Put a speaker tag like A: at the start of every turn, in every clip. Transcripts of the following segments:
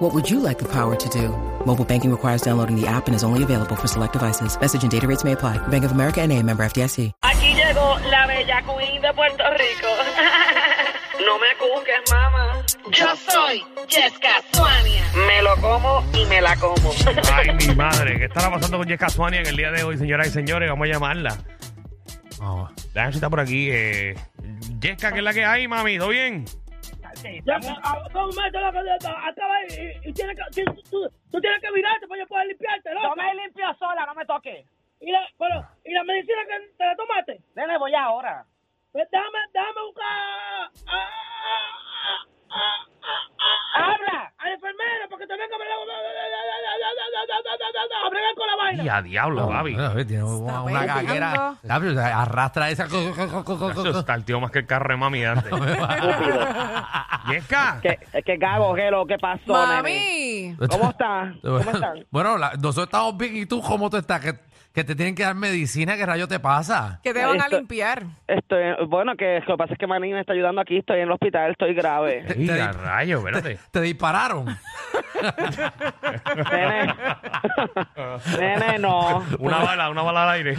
A: What would you like the power to do? Mobile banking requires downloading the app and is only available for select devices. Message and data rates may apply. Bank of America and a member FDIC.
B: Aquí llegó la bella queen de Puerto Rico. No me cuques, mamá. Yo soy Jessica Suania. Me lo como y me la como.
C: Ay, mi madre, ¿qué estará pasando con Jessica Suania en el día de hoy, señoras y señores? Vamos a llamarla. Vamos. La gente está por aquí. Eh. Jessica, ¿qué es la que hay, mami? ¿Todo bien?
D: Ya, pues, a- a- ¿cómo me te lo- te lo- acaba y- y tienes que- tú- tú- Tú tienes que mirarte para yo poder limpiarte, ¿no?
E: Yo me limpio sola, no me toque.
D: Y la, pero, ¿y la medicina que te la tomaste?
E: Nene, voy ahora.
D: Pues déjame, déjame buscar a, a- a- a- a-
E: ¡Habla!
D: a la enfermera porque te venga a bregar- a bregar con la
C: Y
D: vaina.
C: a diablo, papi.
F: Mira, ve, tiene una, una gaguera. Ya, pero, o sea, Arrastra esa. co- co- co- co- co- co-
C: Eso está el tío más que el carro de mami de antes. Jessica,
E: ¿Qué, es que Gago, hello, ¿qué pasó, nene? ¿Cómo estás? ¿Cómo están?
F: Bueno, la- nosotros estamos bien. ¿Y tú cómo tú estás? Que, que te tienen que dar medicina. ¿Qué rayo te pasa?
G: Que te van a
E: Esto-
G: limpiar.
E: Estoy, bueno, que lo que pasa es que Manín me está ayudando aquí, estoy en el hospital, estoy grave.
C: y a rayo,
F: Te,
C: espérate.
F: te dispararon.
E: Nene, nene, no.
C: Una bala, una bala al aire.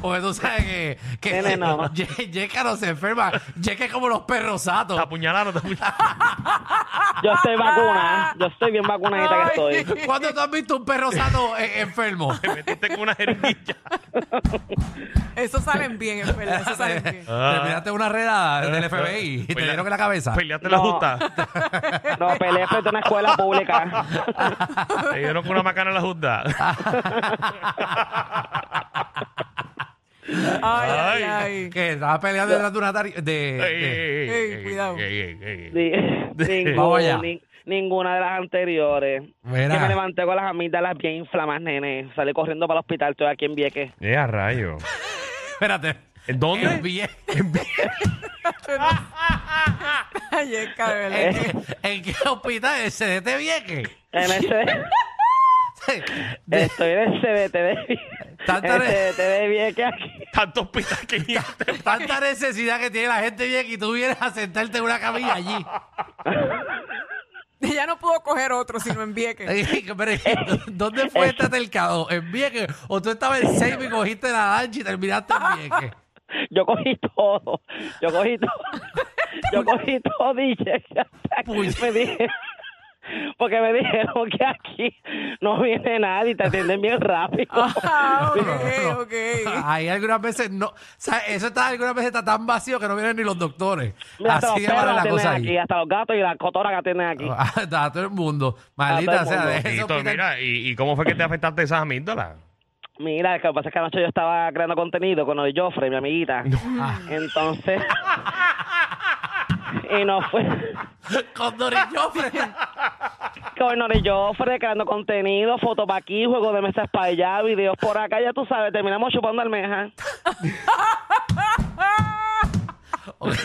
F: Porque tú sabes que. que
E: Nene, no.
F: Ye- Yeka no se enferma. Yeka es como los perros
C: Te
F: satos.
C: apuñalaron, te apuñalaron.
E: Yo estoy vacunada, yo estoy bien vacunadita que
G: Ay.
E: estoy.
F: ¿Cuándo tú has visto un perro sato eh, enfermo?
C: Te metiste con una jeringuilla.
G: Eso salen bien, es verdad. Eso salen bien.
F: Terminaste una redada
E: Ah.
F: del FBI y te
E: Pues
C: Pelea-
F: dieron en la cabeza.
C: Peleaste en la
E: No.
C: justa.
E: No, peleé frente a una escuela pública.
C: Te dieron con una macana en la justa. Ay.
G: Ay, ay, ay.
F: Que estaba peleando detrás de una tari- de-
C: Ey,
F: de,
C: ey,
G: Ey, cuidado.
C: ey, ey, ey, ey.
E: Ni- ningún-
F: Vamos allá.
E: ni- ninguna de las anteriores.
F: Mira.
E: Que me levanté con las amígdalas bien inflamadas, nene. Salí corriendo para el hospital, estoy aquí en Vieques.
C: Eh, a rayo.
F: Espérate.
C: ¿En dónde?
F: En Vie- en Vie-
G: Ay, es que de verdad que-
E: ¿Eh?
F: ¿En, en qué hospital? ¿El CDT Vieques?
E: En ese... Estoy en el CDT de
F: Tanta
E: el
F: re-
E: CDT de Vieques aquí.
C: Tanto hospital que llegaste.
F: Tanta necesidad que tiene la gente Vieques y tú vienes a sentarte en una camilla allí.
G: Ella no pudo coger otro sino en Vieques.
F: Ey, pero,
E: Eh.
F: ¿Dónde fue este atercado? ¿En Vieques? ¿O tú estabas en Seib y cogiste la lancha y terminaste en Vieques?
E: Yo cogí todo. Yo cogí todo. Yo cogí todo y llegué hasta aquí.
F: Uy.
E: Me dije... Porque me dijeron que aquí no viene nadie y te atienden bien rápido.
G: Ah,
F: No, no.
G: ok, ok.
F: Ahí algunas veces no. O sea, eso está, algunas veces está tan vacío que no vienen ni los doctores.
E: Mira, hasta
F: Así
E: los
F: de mala
E: perros
F: la
E: atienden
F: cosa
E: aquí,
F: allí.
E: hasta los gatos y las cotoras que atienden aquí.
F: A todo el mundo.
E: A todo
F: Maldita
E: el
F: sea.
E: mundo.
F: de ese
C: Tito,
F: hospital.
C: mira, ¿y, y cómo fue que te afectaste esas amígdalas?
E: Mira, lo que pasa es que anoche yo estaba creando contenido con lo de Joffrey, mi amiguita. Entonces. y no fue.
F: Con Doris Joffre.
E: Con lo de Joffrey, creando contenido, fotos para aquí, juegos de mesas para allá, videos por acá, ya tú sabes, terminamos chupando almeja.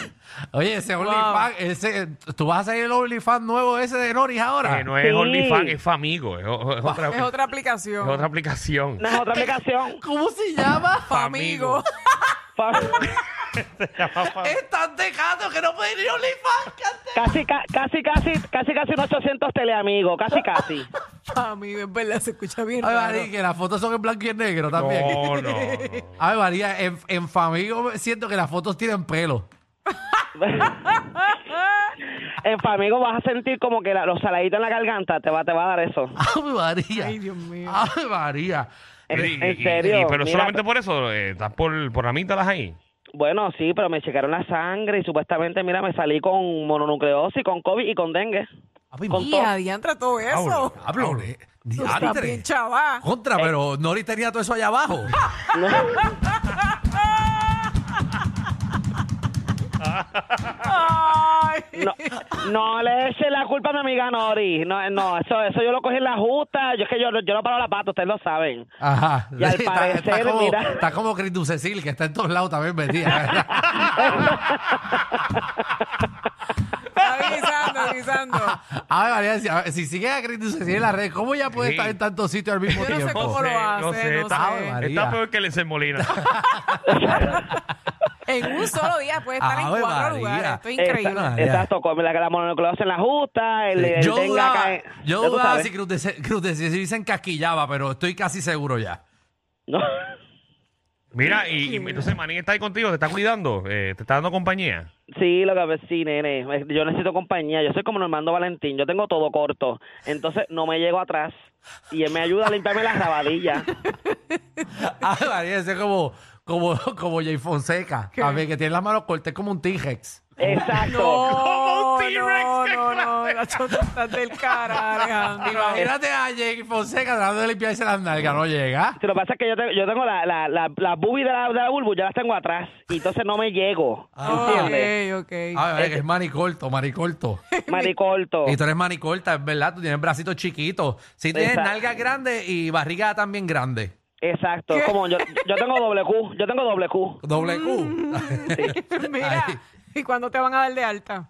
F: Oye, ese OnlyFans, ese, tú vas a hacer el OnlyFans nuevo ese de Noris ahora.
C: Que no es
E: Sí.
C: OnlyFans, es Famigo. Es, o- es otra,
G: Ah. Es otra aplicación.
C: es otra aplicación.
E: No es otra aplicación.
F: ¿Cómo se llama?
G: Amigo.
E: Fa-
F: Es tan tejado que no puede ir OnlyFans. cante.
E: Casi, ca- casi, casi, casi, casi un 800 teleamigos, casi, casi.
G: Amigo, es verdad, se escucha bien.
F: Ay,
G: raro.
F: María, que las fotos son en blanco y en negro también.
C: No, no, no.
F: Ay, María, en, en Famigo siento que las fotos tienen pelo.
E: En Famigo vas a sentir como que la- los saladitos en la garganta te va, te va a dar eso.
F: Ay, María.
G: Ay, Dios mío.
F: Ay, María.
E: En,
C: Y- y-
E: en
C: y-
E: serio.
C: y- pero
E: mira,
C: solamente por eso, eh, estás por, por amígdalas ahí.
E: Bueno, sí, pero me checaron la sangre y supuestamente, mira, me salí con mononucleosis, con COVID y con dengue.
F: Papi,
E: Con
G: Y
E: todo.
G: adiantra todo eso.
F: Pablo, le-
G: Tú estás
F: eh, diantre.
G: bien chaval.
F: Contra,
E: Eh.
F: pero Noris tenía todo eso allá abajo.
G: Ay.
E: No, no le eche la culpa a mi amiga Nori. No, no eso, eso yo lo cogí en la justa. Yo es que yo, yo no paro la pata, ustedes lo saben.
F: Ajá.
E: Y al
F: Sí,
E: parecer,
F: como,
E: mira.
F: Está como Cris Ducecil, que está en todos lados también metida.
G: Avisando, avisando.
F: A ver, María, Ah, si, a ver, si sigue a Cris Ducecil en la red, ¿cómo ya puede
C: Sí.
F: estar en tantos sitios al mismo
G: Yo no sé
F: tiempo?
G: cómo lo hace, no
C: está,
F: sé.
C: está
F: María.
C: peor que el Molina.
G: En un solo día puede estar en
F: Ave
G: cuatro
F: María.
G: lugares. Esto es
E: Esa-
G: increíble.
F: Ah, ya.
E: Exacto, con la, la mononucleosis en la justa, el, el
F: yo
E: dengue
F: dudaba,
E: acá en-
F: yo
E: ya tú
F: dudaba
E: sabes.
F: si Cruz de Ce- Cruz de Cecil se encasquillaba, pero estoy casi seguro ya.
E: No.
C: Mira, y, y entonces Manín está ahí contigo, te está cuidando, eh, te está dando compañía.
E: Sí, lo que ves, sí, nene. Yo necesito compañía. Yo soy como Normando Valentín. Yo tengo todo corto. Entonces no me llego atrás. Y él me ayuda a limpiarme las rabadillas.
F: Ay, María, Ah, ese es como, como, como Jay Fonseca, a ver, que tiene las manos cortas, es como un T-Rex.
E: Exacto.
C: Como
G: No,
C: un T-Rex,
G: no,
C: ¿qué
G: no, no, la chota está del cara, Alejandro.
F: Imagínate a Jay Fonseca tratando de limpiarse las nalgas, no llega.
E: Si lo que pasa es que yo tengo, yo tengo la, la, la, la boobie de la, de la vulva, ya las tengo atrás. Y entonces no me llego.
C: Ah.
E: ¿Entiendes?
G: Ok, ok.
F: A ver, Ah, que es manicorto, manicorto.
E: Maricorto.
F: Y tú eres manicorta, es verdad, tú tienes bracitos chiquitos. Sí tienes
E: Exacto.
F: nalgas grandes y barriga también grande.
E: Exacto. Como yo, yo tengo doble Q. Yo tengo doble Q.
F: Doble Q.
G: Mira,
F: Ay.
G: ¿y cuándo te van a dar de alta?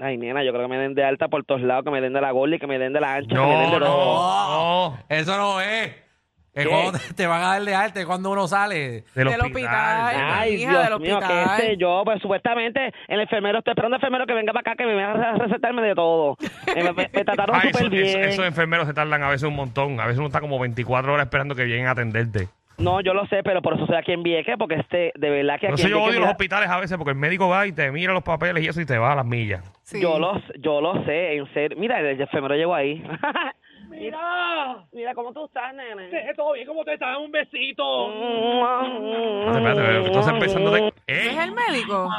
E: Ay, nena, yo creo que me den de alta por todos lados. Que me den de la gorda y que me den de la ancha. que me den
C: No, no,
E: de todo.
C: no.
F: Eso no es. Que
E: ¿Qué?
F: cuando te, te van a dar de arte cuando uno sale.
C: Del
G: Del hospital.
C: hospital.
E: Ay,
G: Hija
E: Dios
G: del
E: mío, qué
G: hospital.
E: sé yo. Pues supuestamente el enfermero, estoy esperando al enfermero que venga para acá, que me venga a recetarme de todo. Eh, Me, me- me trataron
C: Ah, eso-
E: súper
C: eso-
E: bien.
C: esos enfermeros se tardan a veces un montón. A veces uno está como 24 horas esperando que lleguen a atenderte.
E: No, yo lo sé, pero por eso soy aquí en Vieques, porque este, de verdad que
C: Por
E: aquí
C: eso
E: en
C: yo
E: Vieques,
C: odio los
E: mira,
C: hospitales a veces porque el médico va y te mira los papeles y eso y te va a las millas.
G: Sí.
E: Yo lo, yo lo sé, en serio. Mira, el enfermero llegó ahí.
D: Mira,
E: Mira cómo tú estás, nene.
D: eh, todo bien, ¿cómo te estás? Un besito.
E: Mm.
C: Espérate, espérate, espérate. Entonces empezando de...
G: ¿Ese es el
C: ¡Ey!
G: médico?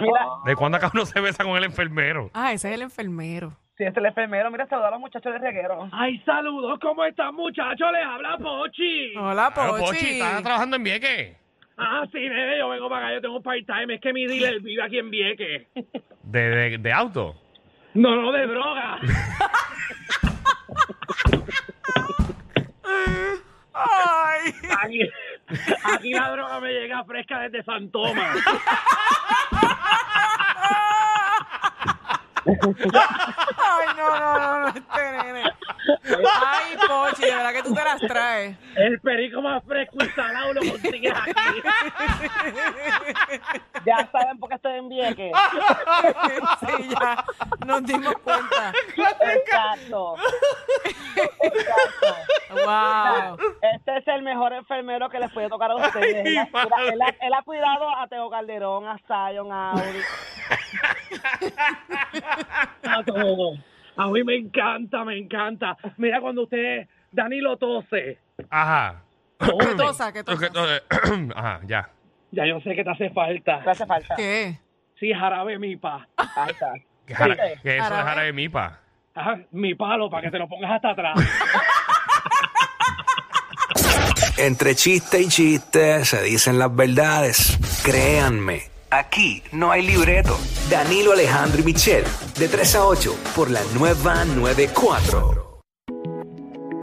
D: Mira,
C: ¿De cuándo acá uno se besa con el enfermero?
G: Ah, ese es el enfermero.
H: Sí,
E: este
H: es el enfermero. Mira, saludar a los muchachos de reguero.
D: ay, saludos, ¿cómo están, muchachos? Les habla Pochi.
G: Hola,
C: Claro, Pochi,
G: Ah, Pochi.
C: ¿estás trabajando en Vieques?
D: Ah, sí, nene, yo vengo para acá, yo tengo un part-time, es que mi dealer vive aquí en Vieques.
C: De, de, de auto.
D: No, no, de droga.
G: Ay.
D: Aquí, aquí la droga me llega fresca desde Santoma.
G: Ay, no, no, no, no, este nene. Ay, Pochi, de verdad que tú te las traes.
D: El perico más fresco y salado lo consigues aquí.
E: Ya saben por qué estoy en Vieques.
G: Sí, ya nos dimos cuenta.
E: Exacto.
G: Wow.
E: Este es el mejor enfermero que les puede tocar a ustedes.
C: Ay,
E: él, ha,
C: mi
E: él ha- él ha cuidado a Teo Calderón, a Zion, a Audi.
D: A todos. A mí me encanta, me encanta. Mira cuando usted, Danilo tose.
C: Ajá.
G: ¿Qué tosa? ¿Qué
C: Ok,
G: tosa?
C: entonces, Ajá, ya.
D: Ya yo sé que te hace
E: No
D: falta.
E: hace falta.
G: ¿Qué?
D: Sí, jarabe mi pa.
E: Ahí está.
C: Que jara- que eso
G: Jarabe.
C: es jara de mipa.
D: Ajá, Ah, mi palo para que te lo pongas hasta atrás.
I: Entre chiste y chiste se dicen las verdades. Créanme, aquí no hay libreto. Danilo Alejandro y Michel, de 3 a 8 por la nueva 94.